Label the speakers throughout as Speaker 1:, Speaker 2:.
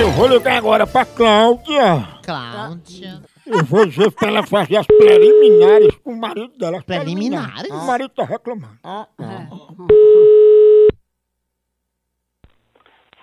Speaker 1: Eu vou ligar agora pra Cláudia.
Speaker 2: Cláudia.
Speaker 1: Eu vou dizer pra ela fazer as preliminares com o marido dela. As
Speaker 2: Preliminares?
Speaker 1: O marido tá reclamando.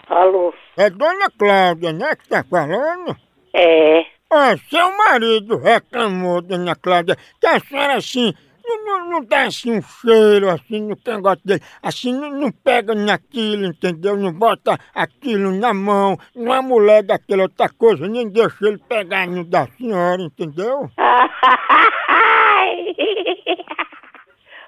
Speaker 3: Alô?
Speaker 1: É dona Cláudia, né, que tá falando?
Speaker 3: É.
Speaker 1: Ó, seu marido reclamou, dona Cláudia, que a senhora assim. Não, não, não dá assim um cheiro, assim, no negócio dele. Assim, não, não pega naquilo, entendeu? Não bota aquilo na mão. Não é mulher daquela outra coisa, nem deixa ele pegar no da senhora, entendeu?
Speaker 3: Ai.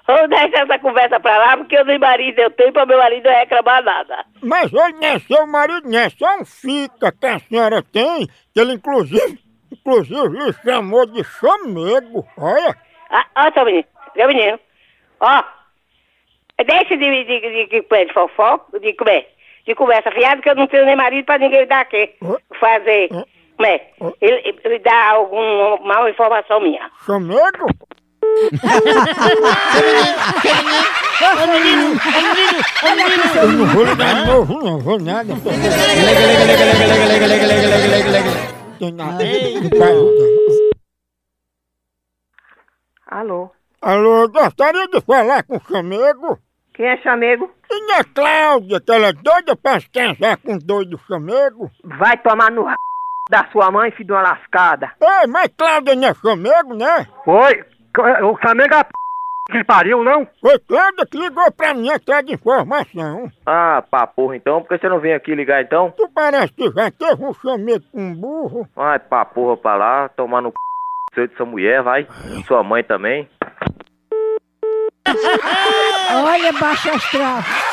Speaker 3: Vamos deixar essa conversa pra lá, porque eu nem marido eu tenho pra meu marido não reclamar nada.
Speaker 1: Mas ele não é seu marido, não é só um fica que a senhora tem, que ele inclusive, inclusive lhe chamou de chamego, olha.
Speaker 3: Ah, ó, seu menino, seu menino. Ó, deixa de, de, de, de, de, de fofoca, de como é? De conversa fiada, que eu não tenho nem marido pra ninguém dar aqui. Fazer, como é? Ele, ele dá alguma mal informação minha.
Speaker 1: Chamego? Eu não vou ligar de novo, não vou nada. Tem nada. Vai, vai.
Speaker 4: Alô?
Speaker 1: Alô, gostaria de falar com o chamego?
Speaker 4: Quem é chamego?
Speaker 1: E na Cláudia, que ela é doida pra se casar com o doido chamego?
Speaker 4: Vai tomar no r... da sua mãe, filho de uma lascada.
Speaker 1: Ei, mas Cláudia não é chamego, né?
Speaker 5: Oi, c- o Flamengo é a p... que pariu, não?
Speaker 1: Foi Cláudia que ligou pra mim atrás de informação.
Speaker 5: Ah, pra porra, então, por que você não vem aqui ligar, então?
Speaker 1: Tu parece que já teve um chamego com um burro.
Speaker 5: Vai pra porra pra lá, tomar no c... seu de sua mulher, vai. Sua mãe também.
Speaker 6: Olha, baixa astral.